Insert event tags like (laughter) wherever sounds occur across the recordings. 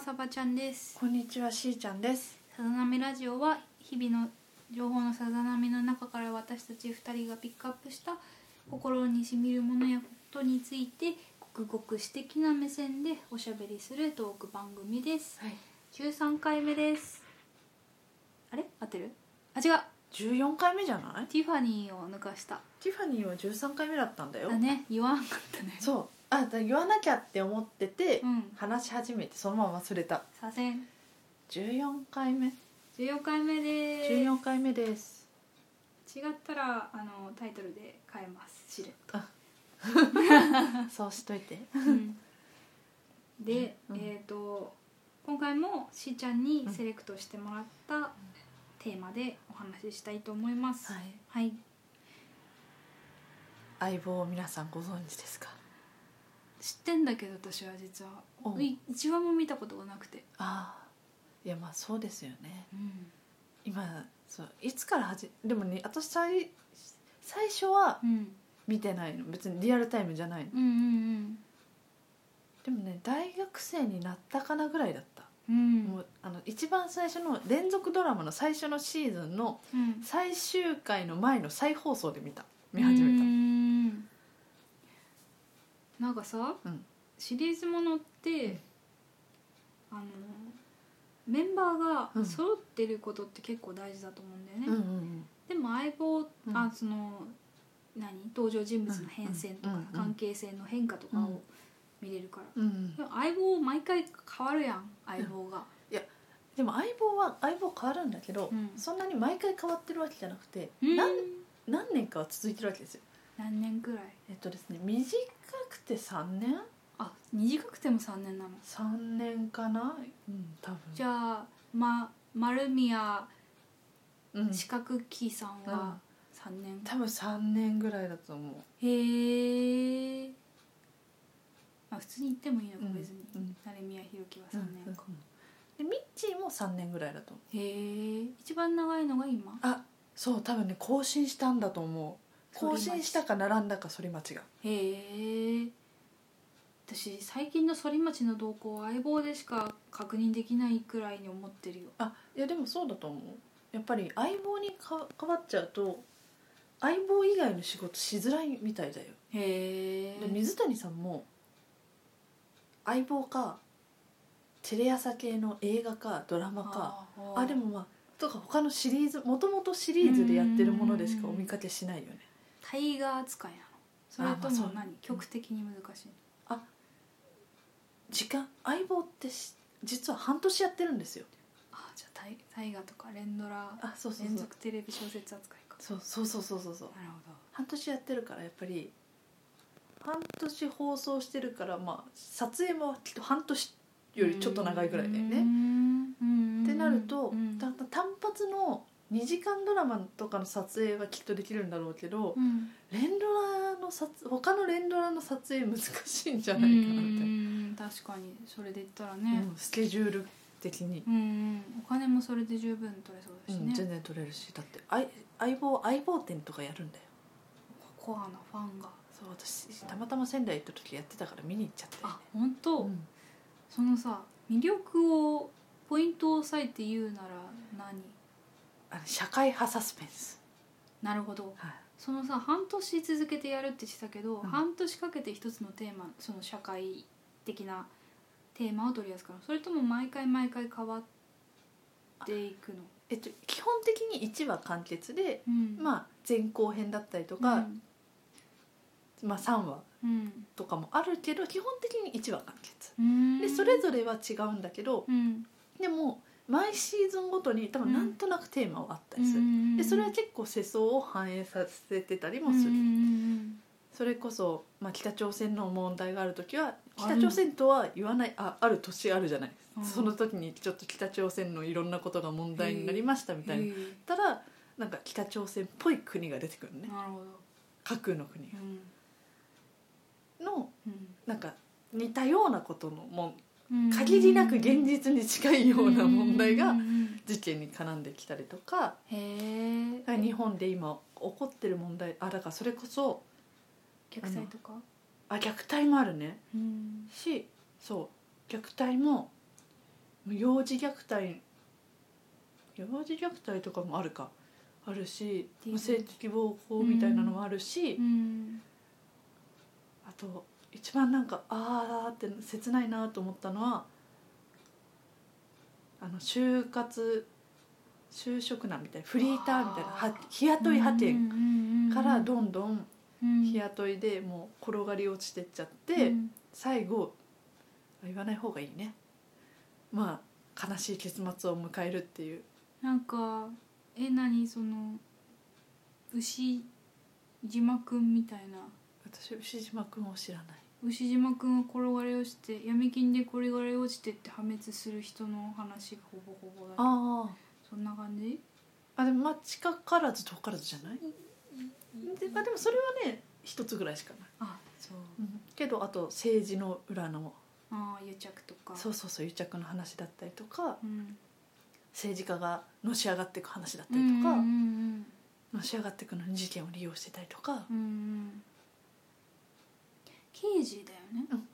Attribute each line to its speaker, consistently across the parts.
Speaker 1: サバちゃんです
Speaker 2: こんにちはしーちゃんです
Speaker 1: さざ波ラジオは日々の情報のさざ波の中から私たち2人がピックアップした心にしみるものやことについてごくごく私的な目線でおしゃべりするトーク番組です
Speaker 2: はい
Speaker 1: 13回目ですあれ合ってるあ違う
Speaker 2: 14回目じゃない
Speaker 1: ティファニーを抜かした
Speaker 2: ティファニーは13回目だったんだよ
Speaker 1: だね言わんかったね
Speaker 2: そうあだ言わなきゃって思ってて、
Speaker 1: うん
Speaker 2: 話し始めてそのまま忘れた
Speaker 1: 左遷
Speaker 2: 14回目
Speaker 1: 14回目です
Speaker 2: 14回目です
Speaker 1: 違ったらあのタイトルで変えますしれっと
Speaker 2: あそうしといて
Speaker 1: で、
Speaker 2: うん
Speaker 1: えっ、と今回もしーちゃんにセレクトしてもらったテーマでお話ししたいと思います
Speaker 2: はい
Speaker 1: はい
Speaker 2: 相棒を皆さんご存知ですか
Speaker 1: 知ってんだけど私は実は
Speaker 2: お
Speaker 1: い一話も見たことがなくて、
Speaker 2: ああいやまあそうですよね
Speaker 1: うん
Speaker 2: 今そういつから始でもね私最最初は
Speaker 1: うん、
Speaker 2: 見てないの別にリアルタイムじゃないの
Speaker 1: うんうん
Speaker 2: でもね大学生になったかなぐらいだった、
Speaker 1: うんうん
Speaker 2: もうあの一番最初の連続ドラマの最初のシーズンの
Speaker 1: うん
Speaker 2: 最終回の前の再放送で見た見始め
Speaker 1: うー
Speaker 2: た
Speaker 1: んなんかさ、
Speaker 2: うん
Speaker 1: シリーズものって、あのメンバー
Speaker 2: う
Speaker 1: が
Speaker 2: ん
Speaker 1: 揃ってることって結構大事だと思うんだよね、
Speaker 2: うんうんうん
Speaker 1: でも相棒、
Speaker 2: うん
Speaker 1: あその何登場人物の変遷とか、
Speaker 2: うんうんうん
Speaker 1: 関係性の変化とかを見れるから、
Speaker 2: うんうん
Speaker 1: でも相棒毎回変わるやん相棒が、
Speaker 2: でも相棒は相棒変わるんだけど、
Speaker 1: うん
Speaker 2: そんなに毎回変わってるわけじゃなくて、
Speaker 1: うん
Speaker 2: 何何年かは続いてるわけですよ
Speaker 1: 何年くらい
Speaker 2: えっとですね短くて3年
Speaker 1: あ短くても3年なの
Speaker 2: 3年かなうん多分
Speaker 1: じゃあ、ま、丸宮
Speaker 2: うん、
Speaker 1: 四角キーさん
Speaker 2: うん
Speaker 1: は3年、
Speaker 2: 多分3年ぐらいだと思う
Speaker 1: へえあ普通に言ってもいいのか
Speaker 2: うん
Speaker 1: 別に、
Speaker 2: うん
Speaker 1: 成宮ひろきは3年か、
Speaker 2: でミッチーも3年ぐらいだと思う
Speaker 1: へえ一番長いのが今
Speaker 2: あそう多分ね更新したんだと思う
Speaker 1: 反
Speaker 2: 更
Speaker 1: 町
Speaker 2: 新したか並んだか反町が
Speaker 1: へえ私最近の反町の動向を相棒でしか確認できないくらいに思ってるよ
Speaker 2: あいやでもそうだと思うやっぱり相棒にか変わっちゃうと相棒以外の仕事しづらいみたいだよ
Speaker 1: へ
Speaker 2: で
Speaker 1: え
Speaker 2: 水谷さんも相棒かテレ朝系の映画かドラマかあでもまあとか他のシリーズもともとシリーズでやってるものでしかお見かけしないよね
Speaker 1: タイガー扱いなのそれ
Speaker 2: あま
Speaker 1: と
Speaker 2: あそ
Speaker 1: も
Speaker 2: う
Speaker 1: 何曲的に難しい
Speaker 2: 時間相棒ってし実は半年やってるんですよ
Speaker 1: あじゃあタイタイガーとか連ドラ
Speaker 2: あそうそう
Speaker 1: 連
Speaker 2: そう
Speaker 1: 続テレビ小説扱いか
Speaker 2: そうそうそうそうそうそう
Speaker 1: なるほど
Speaker 2: 半年やってるからやっぱり半年放送してるからまあ撮影もきっと半年よりちょっと長いぐらいだよね。
Speaker 1: ね
Speaker 2: ってなると、
Speaker 1: うん
Speaker 2: だんだん単発の2時間ドラマとかの撮影はきっとできるんだろうけど、
Speaker 1: うん
Speaker 2: 連ドラの撮他の連ドラの撮影難しいんじゃ
Speaker 1: う
Speaker 2: ないかなみたいな、
Speaker 1: ん確かにそれで言ったらね
Speaker 2: うんスケジュール的に、
Speaker 1: うんうんお金もそれで十分取れそうだし
Speaker 2: うん全
Speaker 1: ね
Speaker 2: 然撮れるしだってあい相棒相棒展とかやるんだよ
Speaker 1: コアなファンが
Speaker 2: そう私たまたま仙台行った時やってたから見に行っちゃったよ
Speaker 1: あ
Speaker 2: ね
Speaker 1: 本当
Speaker 2: うん
Speaker 1: そのさ魅力をポイントを押さえて言うなら何
Speaker 2: あの社会派サスペンス
Speaker 1: なるほど
Speaker 2: はい
Speaker 1: そのさ半年続けてやるって言ってたけど
Speaker 2: うん
Speaker 1: 半年かけて一つのテーマその社会的なテーマを取り扱うのそれとも毎回毎回変わっていくの
Speaker 2: えっと、基本的に1話完結で、
Speaker 1: うん
Speaker 2: まあ、前後編だったりと
Speaker 1: う
Speaker 2: か、
Speaker 1: ん
Speaker 2: まあ、3話
Speaker 1: うん
Speaker 2: とかもあるけど基本的に1話完結
Speaker 1: うん
Speaker 2: でそれぞれは違うんだけど
Speaker 1: うん
Speaker 2: でも毎シーズンごとに多分なんとなくテーマはあったりするでそれは結構世相を反映させてたりもす
Speaker 1: うんう
Speaker 2: る
Speaker 1: ん
Speaker 2: それこそ、まあ、北朝鮮の問題がある時は
Speaker 1: ある
Speaker 2: 北朝鮮とは言わないあある年あるじゃない
Speaker 1: うん
Speaker 2: その時にちょっと北朝鮮のいろんなことが問題になりましたみ
Speaker 1: うん
Speaker 2: たいな
Speaker 1: へえ
Speaker 2: たらなんか北朝鮮っぽい国が出てくるのね
Speaker 1: なるほど
Speaker 2: 架空の国
Speaker 1: う
Speaker 2: が
Speaker 1: ん
Speaker 2: の
Speaker 1: うん
Speaker 2: なんか似たようなことのも
Speaker 1: うん
Speaker 2: ん限りなく現実に近いような問題
Speaker 1: う
Speaker 2: が
Speaker 1: んうんうん
Speaker 2: 事件に絡んできたりとか
Speaker 1: へえ
Speaker 2: 日本で今起こってる問題あだからそれこそ
Speaker 1: 虐待とか
Speaker 2: あ虐待もあるね
Speaker 1: うん
Speaker 2: しそう虐待も幼児虐待幼児虐待とかもあるかあるし
Speaker 1: ていう
Speaker 2: まあ性的暴行みたいなのもあるし、
Speaker 1: うん
Speaker 2: あと一番なんかあーって切ないなと思ったのはあの就活就職難みたいなフリーターみたいな
Speaker 1: あー
Speaker 2: は日雇い派遣
Speaker 1: 遣
Speaker 2: からどんどん
Speaker 1: ん
Speaker 2: 日雇いでもう転がり落ちてっちゃっ
Speaker 1: う
Speaker 2: て
Speaker 1: ん
Speaker 2: 最後あ言わない方がいいねまあ悲しい結末を迎えるっていう
Speaker 1: なんかえ何その牛島くんみたいな
Speaker 2: 私牛島君を知らない
Speaker 1: 牛島くんが転がり落ちて闇金で転がり落ちてって破滅する人の話がほぼほぼだけど
Speaker 2: あ
Speaker 1: そんな感じ
Speaker 2: あでもまあ近からず遠からずじゃないで,、まあ、でもそれはね一つぐらいしかない
Speaker 1: あそう
Speaker 2: けどあと政治の裏の
Speaker 1: ああ癒着とか
Speaker 2: そうそうそう癒着の話だったりとか
Speaker 1: うん
Speaker 2: 政治家がのし上がっていく話だった
Speaker 1: う
Speaker 2: り
Speaker 1: ん
Speaker 2: と
Speaker 1: う
Speaker 2: か、
Speaker 1: ん
Speaker 2: のし上がっていくのに事件を利用してたりとか
Speaker 1: うんうん刑事だよね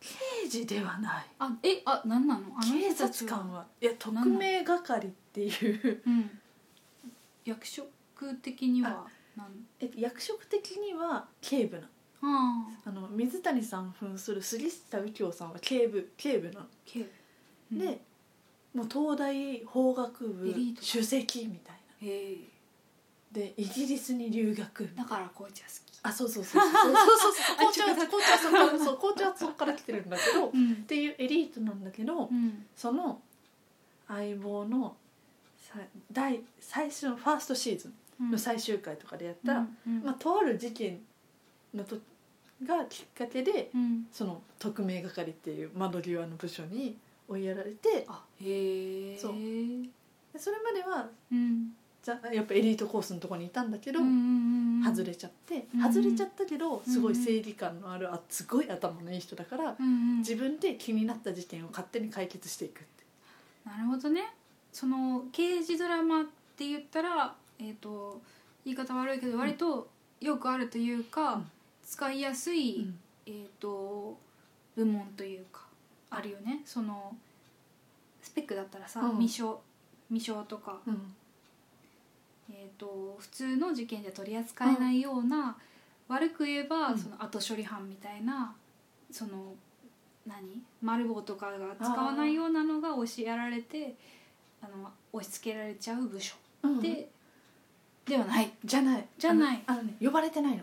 Speaker 2: 刑事ではない
Speaker 1: あえあなんなのあの人
Speaker 2: 警
Speaker 1: たち
Speaker 2: 察官はいや特命係っていう
Speaker 1: うん役職的にはなん
Speaker 2: え役職的には警部なの
Speaker 1: ああ
Speaker 2: あの水谷さん扮する杉下右京さんは警部警部なの、
Speaker 1: 警部うん
Speaker 2: でもう東大法学部
Speaker 1: エリート
Speaker 2: 首席みたいな
Speaker 1: へえ
Speaker 2: でイギリスに留学みたいな
Speaker 1: だから紅茶好き
Speaker 2: あそうそうそうそうそ
Speaker 1: (laughs)
Speaker 2: うそうそう紅茶は紅茶はそこからそう紅茶はそこから来てるんだけどっ
Speaker 1: うん
Speaker 2: ていうエリートなんだけど
Speaker 1: うん
Speaker 2: その相棒のさ第最初のファーストシーズ
Speaker 1: うん
Speaker 2: ンの最終回とかでやった、
Speaker 1: うん
Speaker 2: まあ、とある事件のとがきっかけで
Speaker 1: うん
Speaker 2: その匿名係っていう窓際の部署に追いやられて
Speaker 1: あへえ
Speaker 2: そう
Speaker 1: うん
Speaker 2: でそれまでは
Speaker 1: うん
Speaker 2: じゃやっぱエリートコースのとこにいたんだけど、
Speaker 1: うんうんうん
Speaker 2: 外れちゃって、
Speaker 1: うん
Speaker 2: 外れちゃったけどすご
Speaker 1: うん
Speaker 2: い正義感のあるあすごい頭のいい人だから、
Speaker 1: うんうん
Speaker 2: 自分で気になった事件を勝手に解決していくって
Speaker 1: なるほどねその刑事ドラマって言ったらえっ、と言い方悪いけど割とよくあるというか、
Speaker 2: うん
Speaker 1: 使いやすい、えー、と部門というかあるよねそのスペックだったらさ、
Speaker 2: うん
Speaker 1: 未書未書とか、
Speaker 2: うん
Speaker 1: えー、と普通の事件じゃ取り扱えないような、悪く言えば、
Speaker 2: うん
Speaker 1: その後処理班みたいなその何丸棒とかが使わないようなのが押しやられてあの押し付けられちゃう部署
Speaker 2: うん
Speaker 1: で、ではない
Speaker 2: じゃない
Speaker 1: じゃない
Speaker 2: あのあのね呼ばれてないの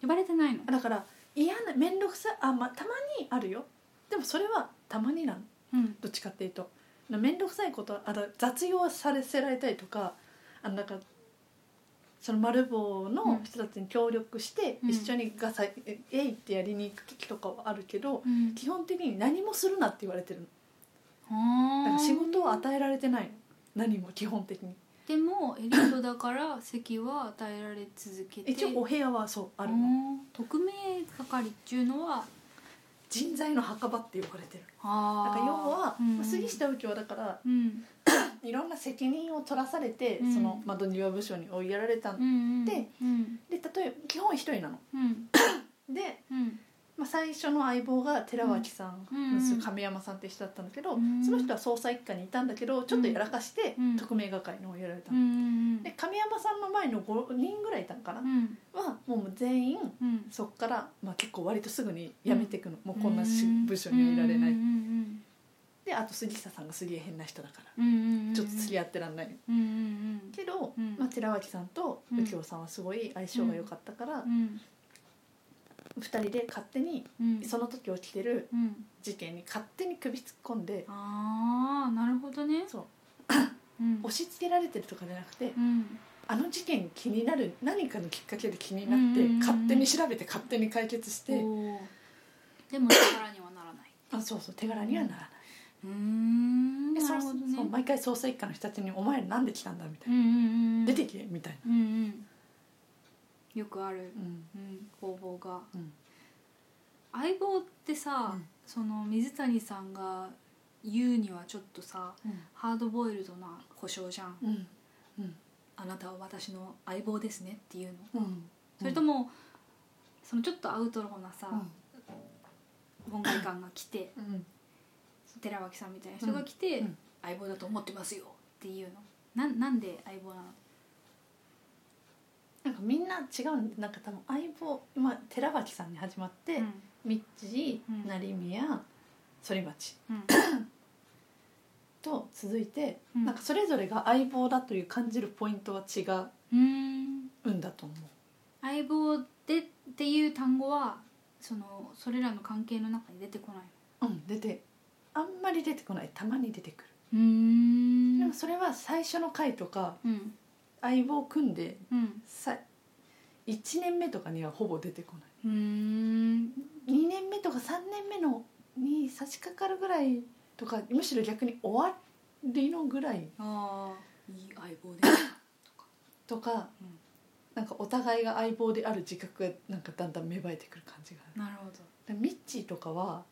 Speaker 1: 呼ばれてないの。
Speaker 2: だから嫌な面倒くさいあ、まあ、たまにあるよでもそれはたまになの
Speaker 1: うん
Speaker 2: どっちかっていうとな面倒くさいことあの雑用されせられたりとかあのなんかその丸棒の人たちに協力して、
Speaker 1: うん
Speaker 2: 一緒にガサええいってやりに行く時とかはあるけど、
Speaker 1: うん、
Speaker 2: 基本的に何もするなって言われてるのだ
Speaker 1: あ
Speaker 2: か
Speaker 1: ー
Speaker 2: ら仕事を与えられてないの何も基本的に
Speaker 1: でもエリートだから席は与えられ続けて
Speaker 2: 一応お部屋はそうあるの、
Speaker 1: うん匿名係っていうのは
Speaker 2: 人材の墓場って呼ばれてるだ
Speaker 1: あ
Speaker 2: から
Speaker 1: ー
Speaker 2: 要は、
Speaker 1: うん
Speaker 2: 杉下右京はだから
Speaker 1: うん
Speaker 2: いろんな責任を取らされて、
Speaker 1: うん
Speaker 2: その窓際部署に追いやられたの、
Speaker 1: うんうん
Speaker 2: で
Speaker 1: うん
Speaker 2: で例えば基本一人なの
Speaker 1: うん
Speaker 2: で、
Speaker 1: うん
Speaker 2: まあ、最初の相棒が寺脇さん、
Speaker 1: うん
Speaker 2: そう亀山さんって人だったんだけど、
Speaker 1: うん
Speaker 2: その人は捜査一課にいたんだけどちょっとやらかして、
Speaker 1: うん
Speaker 2: 特命係に追いやられた
Speaker 1: う
Speaker 2: の、
Speaker 1: ん
Speaker 2: で亀山さんの前の5人ぐらいいたのかな、
Speaker 1: うん
Speaker 2: はもう全員
Speaker 1: うん
Speaker 2: そっから、まあ、結構割とすぐに辞めていくの、もうこんなし
Speaker 1: うん
Speaker 2: 部署にはいられない、
Speaker 1: うんうん
Speaker 2: であと杉下さんがすげえ変な人だから、
Speaker 1: うんうんうん
Speaker 2: ちょっと付き合ってらんないの
Speaker 1: うんうん
Speaker 2: けど、
Speaker 1: うん
Speaker 2: まあ、寺脇さんと
Speaker 1: うん
Speaker 2: 右京さんはすごい相性が良かったから、
Speaker 1: うんうん
Speaker 2: 2人で勝手に
Speaker 1: うん
Speaker 2: その時起きてる
Speaker 1: うん
Speaker 2: 事件に勝手に首突っ込んで、
Speaker 1: ああなるほどね
Speaker 2: そう
Speaker 1: うん
Speaker 2: 押し付けられてるとかじゃなくて、
Speaker 1: うん
Speaker 2: あの事件気になる何かのきっかけで気になって、
Speaker 1: うん
Speaker 2: 勝手に調べて勝手に解決して、
Speaker 1: おーでも力にはならない
Speaker 2: あそうそう手柄にはならない、
Speaker 1: うーん
Speaker 2: で
Speaker 1: な
Speaker 2: そう
Speaker 1: るほどね
Speaker 2: そう毎回捜査一課の人たちに「お前らなんで来たんだ」みたい
Speaker 1: うんう
Speaker 2: な
Speaker 1: んうんうん
Speaker 2: 「出てけ」みたい
Speaker 1: うんうんよくある
Speaker 2: な、う、ん
Speaker 1: うん、工房が
Speaker 2: うん、
Speaker 1: 相棒ってさ、
Speaker 2: うん
Speaker 1: その水谷さんが言うにはちょっとさ
Speaker 2: うん
Speaker 1: ハードボイルドな故障じゃん
Speaker 2: うんうん
Speaker 1: あなたは私の相棒ですねっていうの
Speaker 2: うん
Speaker 1: それとも、そのちょっとアウトローなさ、
Speaker 2: うん
Speaker 1: 本外感が来て
Speaker 2: うん
Speaker 1: 寺脇さんみたいな人が来て、
Speaker 2: うんうん
Speaker 1: 相棒だと思ってますよっていうのなんなんで相棒なの
Speaker 2: なんかみんな違うんでなんか多分相棒、まあ、寺脇さんに始まって、
Speaker 1: うん
Speaker 2: ミッチ
Speaker 1: うん
Speaker 2: ー成宮反町
Speaker 1: うん
Speaker 2: と続いて、
Speaker 1: うん
Speaker 2: なんかそれぞれが相棒だという感じるポイントは違
Speaker 1: うーん
Speaker 2: うんだと思、
Speaker 1: 相棒でっていう単語はそのそれらの関係の中に出てこないう
Speaker 2: うん、出てあんまり出てこないたまに出てくる、
Speaker 1: うーん
Speaker 2: でもそれは最初の回とか
Speaker 1: うん
Speaker 2: 相棒組んで
Speaker 1: うん
Speaker 2: さ1年目とかにはほぼ出てこな
Speaker 1: うーん
Speaker 2: い2年目とか3年目のに差し掛かるぐらいとかむしろ逆に終わりのぐらい
Speaker 1: ああいい相棒で
Speaker 2: とか、
Speaker 1: うん
Speaker 2: なんかお互いが相棒である自覚がなんかだんだん芽生えてくる感じがあ
Speaker 1: (coughs)
Speaker 2: る
Speaker 1: なるほど
Speaker 2: でミッチーとかは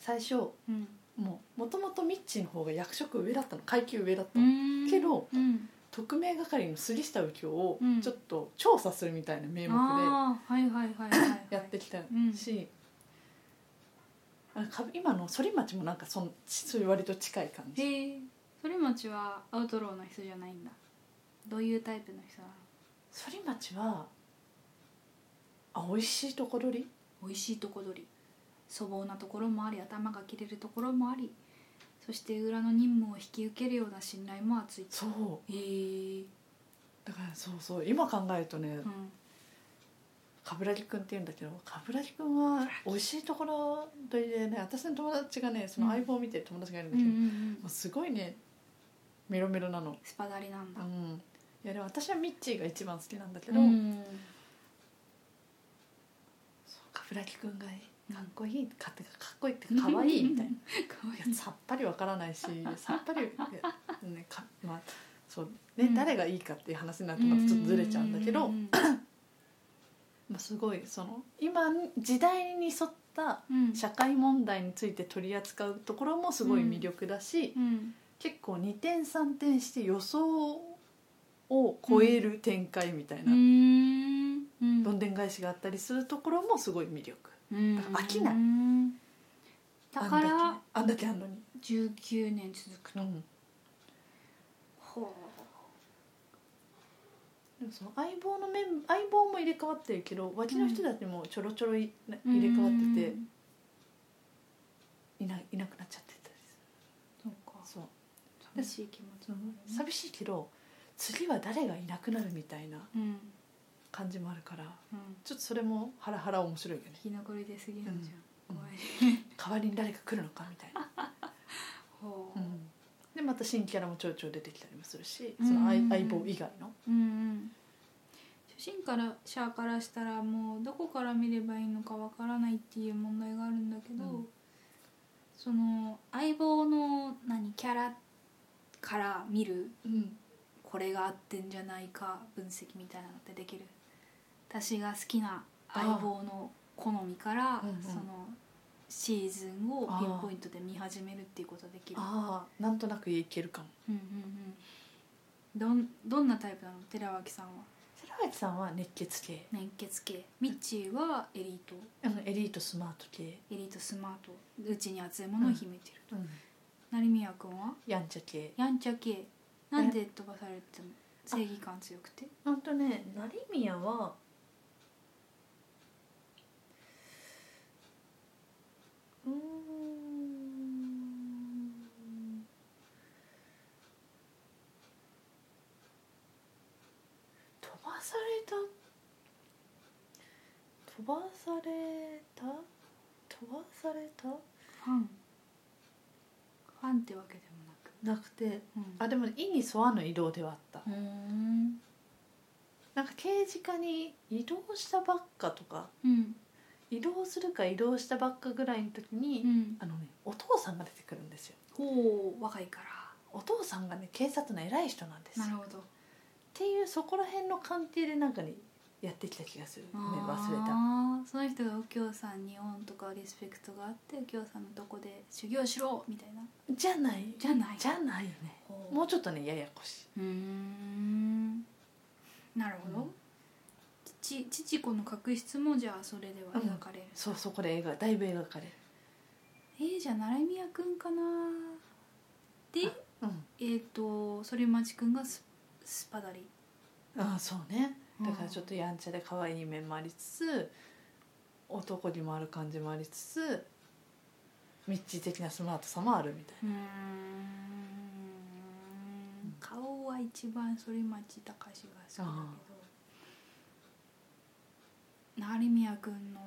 Speaker 2: 最初
Speaker 1: うん
Speaker 2: もうもともとミッチーの方が役職上だったの階級上だった
Speaker 1: う
Speaker 2: の、
Speaker 1: ーん
Speaker 2: けど
Speaker 1: うん
Speaker 2: 特命係の杉下右京を
Speaker 1: うん
Speaker 2: ちょっと調査するみたいな名目
Speaker 1: ああはいはいはいはいはい
Speaker 2: でやってきた
Speaker 1: うん
Speaker 2: し、あか今の反町もなんかそんそういう割と近い感じ
Speaker 1: へえ反町はアウトローの人じゃないんだどういうタイプの人なの
Speaker 2: 反町はあ美味しいとこ取り
Speaker 1: 美味しいとこ取り粗暴なところもあり頭が切れるところもありそして裏の任務を引き受けるような信頼も厚い
Speaker 2: そう
Speaker 1: へえ
Speaker 2: だからそうそう今考えるとね
Speaker 1: うん
Speaker 2: 冠城くんって言うんだけど冠城くんは美味しいところ取りでね私の友達がねその相棒を見てる友達がいるん
Speaker 1: う
Speaker 2: だ
Speaker 1: んう
Speaker 2: け
Speaker 1: ん
Speaker 2: ど、
Speaker 1: うん
Speaker 2: もうすごいねメロメロなの
Speaker 1: スパダリなん
Speaker 2: う
Speaker 1: だ
Speaker 2: んいやでも私はミッチーが一番好きなんだけ
Speaker 1: う
Speaker 2: ど、
Speaker 1: ん
Speaker 2: そう冠城くんが
Speaker 1: うん
Speaker 2: かっこいいかってかっこいいってかわいいみたいな
Speaker 1: かわい
Speaker 2: いや
Speaker 1: い
Speaker 2: さっぱりわからないしさっぱりいやねかまあそうね、
Speaker 1: うん
Speaker 2: 誰がいいかっていう話になってまたちょっとずれちゃうんだけど、
Speaker 1: うん
Speaker 2: まあ、すごいその今時代に沿った
Speaker 1: うん
Speaker 2: 社会問題について取り扱うところもすごい魅力だし、
Speaker 1: うん
Speaker 2: 結構2点3点して予想を超える展開みたいな、
Speaker 1: うん
Speaker 2: どんでん返しがあったりするところもすごい魅力
Speaker 1: うん
Speaker 2: だから飽きない
Speaker 1: だから
Speaker 2: あんだけあんだけあんのに、
Speaker 1: 19年続く
Speaker 2: う
Speaker 1: の
Speaker 2: ん、
Speaker 1: ほ
Speaker 2: でもその相棒のメン相棒も入れ替わってるけど脇の人たちもちょろちょろい、な
Speaker 1: う
Speaker 2: 入れ替わってて
Speaker 1: うん
Speaker 2: いないなくなっちゃってたりす
Speaker 1: そうか
Speaker 2: るそう
Speaker 1: 寂しい気持ち
Speaker 2: その
Speaker 1: になるね
Speaker 2: 寂しいけど次は誰がいなくなるみたいな
Speaker 1: うん
Speaker 2: 感じもあるから
Speaker 1: うん
Speaker 2: ちょっとそれもハラハラ面白いよね
Speaker 1: 生き残りですぎるじゃん、
Speaker 2: うん
Speaker 1: 怖い
Speaker 2: 代わりに誰か来るのかみたいな。
Speaker 1: ほう
Speaker 2: う、んでまた新キャラもちょいちょい出てきたりもするし、
Speaker 1: うん
Speaker 2: その相相棒以外の
Speaker 1: うんうん初心から者からしたらもうどこから見ればいいのかわからないっていう問題があるんだけど、
Speaker 2: うん
Speaker 1: その相棒の何キャラから見る
Speaker 2: うん、
Speaker 1: これが合ってんじゃないか分析みたいなのってできる私が好きな相棒の好みから
Speaker 2: あーうんうん
Speaker 1: そのシーズンをピンポイントで見始めるっていうことはできる
Speaker 2: ああなんとなくいけるかも
Speaker 1: うんうんうんどんどんなタイプなの寺脇さんは
Speaker 2: 寺脇さんは熱血系
Speaker 1: 熱血系ミッチーはエリート
Speaker 2: あのエリートスマート系、
Speaker 1: エリートスマートうちに熱いものを秘めてる、成宮君は
Speaker 2: やんちゃ系
Speaker 1: やんちゃ系なんで飛ばされても正義感強くて
Speaker 2: ほんとね成宮はうーん飛ばされた飛ばされた飛ばされた
Speaker 1: ファンファンってわけでもなく
Speaker 2: なくて
Speaker 1: うん
Speaker 2: あでも意に沿わぬ移動ではあった
Speaker 1: うーん
Speaker 2: なんか刑事課に移動したばっかとか
Speaker 1: うん
Speaker 2: 移動するか移動したばっかぐらいの時に、
Speaker 1: うん
Speaker 2: あのねお父さんが出てくるんですよ
Speaker 1: ほう若いから
Speaker 2: お父さんがね警察の偉い人なんですよ
Speaker 1: なる
Speaker 2: っ
Speaker 1: ほど
Speaker 2: ていうそこら辺の関係でなんかねやってきた気がするね忘れた
Speaker 1: あーその人が右京さんに恩とかリスペクトがあって右京さんのとこで修行しろみたいな
Speaker 2: じゃない
Speaker 1: じゃない
Speaker 2: じゃないよね
Speaker 1: ほう
Speaker 2: もうちょっとねややこしいう
Speaker 1: ーんなるほど、
Speaker 2: うん
Speaker 1: 父父子の確執もじゃあそれでは描かれる、
Speaker 2: そうそこで映画だいぶ描かれる
Speaker 1: えー、じゃあ成宮くんかなで
Speaker 2: うん、
Speaker 1: えっ、と反町くんがススパダリ
Speaker 2: ああそうねだからちょっとやんちゃで可愛い面もありつつ男にもある感じもありつつミッチー的なスマートさもあるみたいな
Speaker 1: うーん顔は一番反町隆史が好きだけど成宮くんの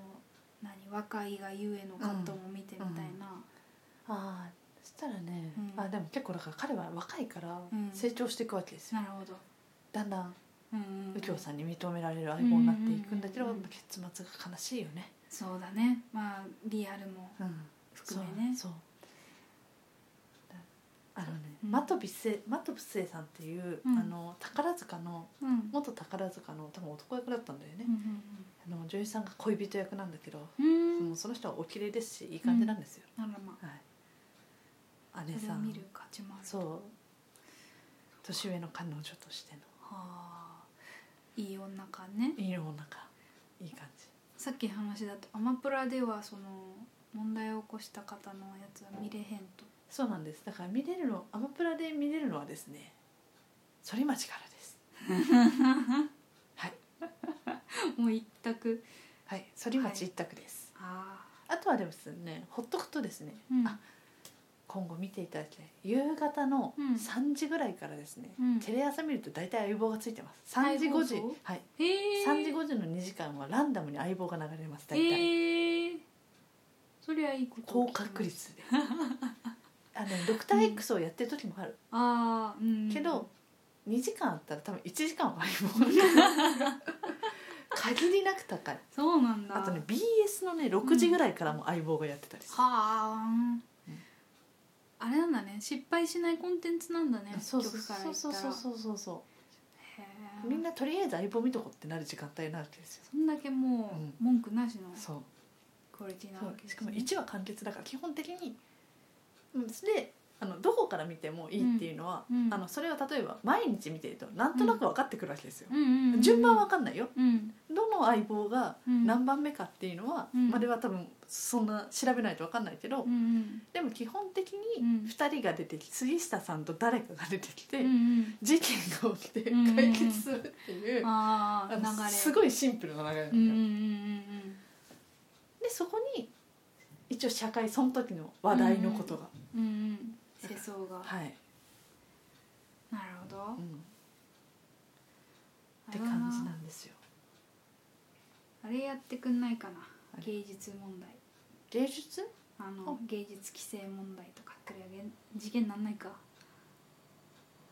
Speaker 1: 何若いがゆえのカットも見てみたいな、
Speaker 2: ああそしたらね、
Speaker 1: うん
Speaker 2: あでも結構だから彼は若いから
Speaker 1: うん
Speaker 2: 成長していくわけですよ、
Speaker 1: なるほど、
Speaker 2: だんだん
Speaker 1: うんうんうん
Speaker 2: 右京さんに認められる相棒になっていくんだけど、
Speaker 1: うんうんうんうん
Speaker 2: 結末が悲しいよね、
Speaker 1: そうだねまあリアルも
Speaker 2: うん、
Speaker 1: 含めね
Speaker 2: そうそうだあのね、
Speaker 1: うん
Speaker 2: 真飛せ真飛聖さんっていう、
Speaker 1: うん
Speaker 2: あの宝塚の
Speaker 1: うんうん
Speaker 2: 元宝塚の多分男役だったんだよね、
Speaker 1: うん
Speaker 2: あの女優さんが恋人役なんだけど、
Speaker 1: うんうん
Speaker 2: もうその人はお綺麗ですしいい感じなんですよ、
Speaker 1: あらま
Speaker 2: はい姉
Speaker 1: それ
Speaker 2: さ
Speaker 1: を
Speaker 2: ん
Speaker 1: 見る価値もある
Speaker 2: そう年上の彼女として
Speaker 1: はあいい女感ね
Speaker 2: のいい女かいい感じ
Speaker 1: さっきの話だとアマプラではその問題を起こした方のやつは見れへんと
Speaker 2: そうなんですだから見れるのアマプラで見れるのはですね反町からですはい
Speaker 1: もう一択
Speaker 2: はい反町一択です、
Speaker 1: あ
Speaker 2: あとはですねほっとくとですね、
Speaker 1: うん
Speaker 2: あ今後見ていただきたい夕方の
Speaker 1: うん
Speaker 2: 3時ぐらいからですね、
Speaker 1: うん
Speaker 2: テレ朝見ると大体相棒がついてます3
Speaker 1: 再
Speaker 2: 時5
Speaker 1: 放送
Speaker 2: 時はい
Speaker 1: へえ
Speaker 2: 3時5時の2時間はランダムに相棒が流れます大体、
Speaker 1: へえそりゃいいことを
Speaker 2: 高
Speaker 1: 聞きます
Speaker 2: 確率で (laughs) あのドクター X をやってる時もある、
Speaker 1: ああうん
Speaker 2: けど2時間あったら多分1時間は相棒が限りなく高い
Speaker 1: そうなんだ
Speaker 2: あとね BS のね6時ぐらいからも相棒がやってたりする、
Speaker 1: はあ、
Speaker 2: うん
Speaker 1: あれなんだね失敗しないコンテンツなんだね
Speaker 2: そうそう
Speaker 1: 曲から
Speaker 2: そ
Speaker 1: 言っ
Speaker 2: う
Speaker 1: た
Speaker 2: そう
Speaker 1: ら
Speaker 2: そうそうそうそ
Speaker 1: へ
Speaker 2: う
Speaker 1: え
Speaker 2: みんなとりあえず相棒見とこってなる時間帯なわけですよ
Speaker 1: そんだけも
Speaker 2: うん
Speaker 1: う文句なしの
Speaker 2: そう
Speaker 1: クオリティな
Speaker 2: そ
Speaker 1: わ
Speaker 2: う
Speaker 1: け
Speaker 2: しかも1話完結だから基本的に、うん、であのどこから見てもいいっていうのは、
Speaker 1: うんうん
Speaker 2: あのそれを例えば毎日見てるとなんとなく分かってくるわけですよ、
Speaker 1: うんうんうんうん
Speaker 2: 順番わかんないよ
Speaker 1: うん
Speaker 2: どの相棒が
Speaker 1: うん
Speaker 2: 何番目かっていうのは、
Speaker 1: うん
Speaker 2: までは多分そんな調べないと分かんないけど、
Speaker 1: うんうん
Speaker 2: でも基本的
Speaker 1: う
Speaker 2: に
Speaker 1: ん
Speaker 2: 2人が出てき杉下さんと誰かが出てきて、
Speaker 1: うんうん
Speaker 2: 事件が起きて
Speaker 1: うん
Speaker 2: 解決するっていう、
Speaker 1: ああ
Speaker 2: あの
Speaker 1: 流れ
Speaker 2: すごいシンプルな流れなん
Speaker 1: う
Speaker 2: だ
Speaker 1: ん
Speaker 2: よ
Speaker 1: うんうんうん
Speaker 2: でそこに一応社会その時の話題のことが、
Speaker 1: うんうんうん世相が
Speaker 2: はい、
Speaker 1: なるほど
Speaker 2: うん、って感じなんですよ
Speaker 1: あれやってくんないかな
Speaker 2: あれ
Speaker 1: 芸術問題
Speaker 2: 芸術
Speaker 1: あ
Speaker 2: あ
Speaker 1: の芸術規制問題とか取り上げ事件なんないか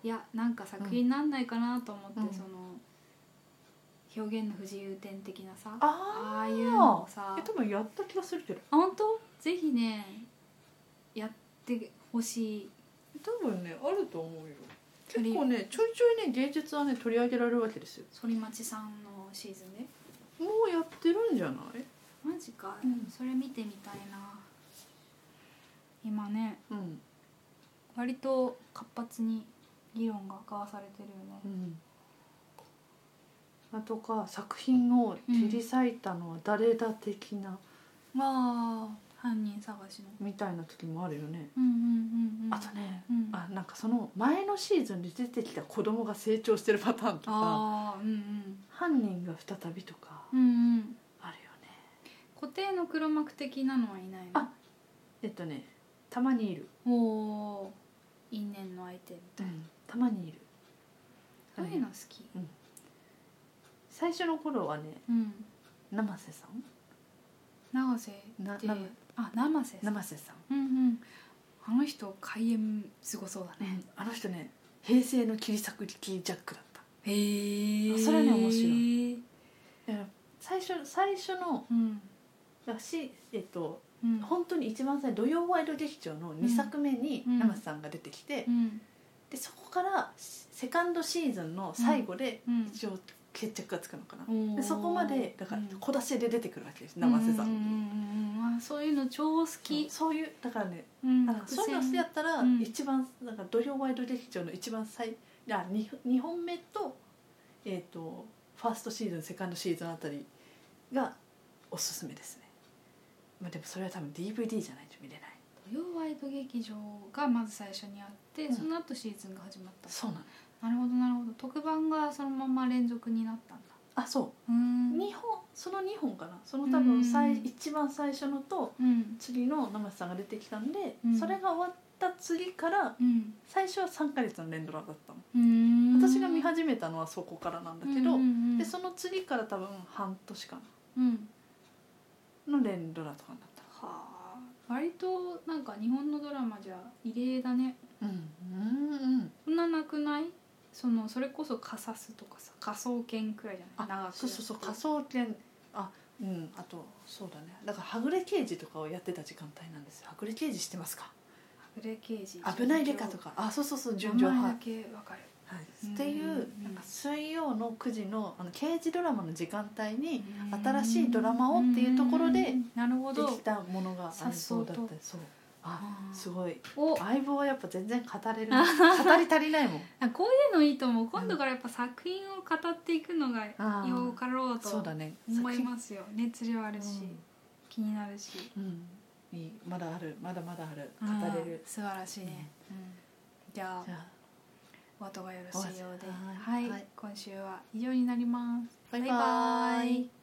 Speaker 1: いやなんか作品なんないかなと思って、
Speaker 2: うん
Speaker 1: その表現の不自由点的なさ
Speaker 2: あー
Speaker 1: あいうのをさ
Speaker 2: え多分やった気がするけど
Speaker 1: あ本当ぜひねやってほしい
Speaker 2: 多分ねあると思うよ
Speaker 1: 取り
Speaker 2: 結構ねちょいちょいね芸術はね取り上げられるわけですよ
Speaker 1: 反町さんのシーズンで
Speaker 2: もうやってるんじゃない
Speaker 1: マジか、
Speaker 2: うん
Speaker 1: それ見てみたいな今ね
Speaker 2: うん、
Speaker 1: 割と活発に議論が交わされてるよね、
Speaker 2: うん、あとか作品を切り裂いたのは誰だ的な、
Speaker 1: まあ犯人探しの
Speaker 2: みたいな時もあるよね、
Speaker 1: うんうんうんうん
Speaker 2: あとね、
Speaker 1: うん
Speaker 2: あなんかその前のシーズンで出てきた子供が成長してるパターンとか
Speaker 1: あーうんうん
Speaker 2: 犯人が再びとか
Speaker 1: うんうん
Speaker 2: あるよね
Speaker 1: 固定の黒幕的なのはいないの
Speaker 2: あえっとねたまにいる、
Speaker 1: おおー因縁の相手みたいな
Speaker 2: たまにいる
Speaker 1: そういうの好き
Speaker 2: 最初の頃はね
Speaker 1: うん
Speaker 2: 生瀬さん
Speaker 1: 永瀬
Speaker 2: な
Speaker 1: で
Speaker 2: な
Speaker 1: あ生瀬さん
Speaker 2: 生瀬さん、
Speaker 1: うんうんあの人開演すごそうだね
Speaker 2: あの人ね平成の切り裂く力ジャックだった
Speaker 1: へえ
Speaker 2: それはね面白
Speaker 1: い
Speaker 2: だから最初最初の
Speaker 1: うん
Speaker 2: だし、えっと、
Speaker 1: うん
Speaker 2: 本当に一番最初土曜ワイド劇場の2作目に
Speaker 1: うん
Speaker 2: 生瀬さんが出てきて、
Speaker 1: うん
Speaker 2: でそこからセカンドシーズンの最後で
Speaker 1: うん
Speaker 2: 一応決着がつくのかな、
Speaker 1: おー
Speaker 2: でそこまでだから
Speaker 1: うん
Speaker 2: 小出しで出てくるわけです生瀬さん、
Speaker 1: うんうんうんうんあそういうの超好き
Speaker 2: そういうだからね
Speaker 1: うん
Speaker 2: なんかそういうの好きだったら
Speaker 1: うん
Speaker 2: 一番なんか土曜ワイド劇場の一番最あ二二本目とえっ、とファーストシーズンセカンドシーズンあたりがおすすめですね。まあでもそれは多分 DVD じゃないと見れない。
Speaker 1: 曜ワイド劇場がまず最初にあって、
Speaker 2: うん
Speaker 1: その後シーズンが始まった
Speaker 2: そうなの
Speaker 1: なるほどなるほど特番がそのまま連続になったんだ
Speaker 2: あそう
Speaker 1: ーん
Speaker 2: 2本その2本かなその
Speaker 1: うん
Speaker 2: 多分最一番最初のと
Speaker 1: うん
Speaker 2: 次の生瀬さんが出てきたんで、
Speaker 1: うん
Speaker 2: それが終わった次から
Speaker 1: うん
Speaker 2: 最初は3ヶ月の連ドラだったの、
Speaker 1: うーん
Speaker 2: 私が見始めたのはそこからなんだけど、
Speaker 1: うんうんうん、
Speaker 2: でその次から多分半年か
Speaker 1: うん
Speaker 2: なの連ドラとかになった
Speaker 1: はあ割となんか日本のドラマじゃ異例だね
Speaker 2: うんうんうん
Speaker 1: そんななくないそのそれこそカサスとかさ科捜研くらいじゃない長
Speaker 2: あ
Speaker 1: く
Speaker 2: そうそうそう
Speaker 1: や
Speaker 2: 科
Speaker 1: って
Speaker 2: 捜研あうんあとそうだねだからはぐれ刑事とかをやってた時間帯なんですよはぐれ刑事してますか
Speaker 1: 隠れ刑事
Speaker 2: 危ないデカと
Speaker 1: か
Speaker 2: かあそうそうそう
Speaker 1: 名
Speaker 2: 純情
Speaker 1: 前
Speaker 2: 派
Speaker 1: だけわかる
Speaker 2: はい
Speaker 1: うん
Speaker 2: っていうなんか水曜の9時のあの刑事ドラマの時間帯に
Speaker 1: うん
Speaker 2: 新しいドラマをっていうところで
Speaker 1: なるほ
Speaker 2: で
Speaker 1: ど
Speaker 2: きたものがありそうだった
Speaker 1: さっそうと
Speaker 2: そうあ
Speaker 1: あー
Speaker 2: すごい
Speaker 1: お
Speaker 2: 相棒はやっぱ全然語
Speaker 1: (laughs)
Speaker 2: れる語り足りないもん
Speaker 1: あこういうのいいと思う今度からやっぱ作品を語っていくのが
Speaker 2: あー
Speaker 1: よかろうと
Speaker 2: そうだね
Speaker 1: 思いますよ熱量あるし、気になるし
Speaker 2: うん、うん、いいまだあるまだまだある
Speaker 1: うん
Speaker 2: 語れる
Speaker 1: 素晴らしいね、うんじゃあ
Speaker 2: じゃあ
Speaker 1: お後がよろしいようで
Speaker 2: お後が
Speaker 1: は
Speaker 2: はい
Speaker 1: い、
Speaker 2: はい
Speaker 1: 今週は以上になります
Speaker 2: バイバイ
Speaker 1: イ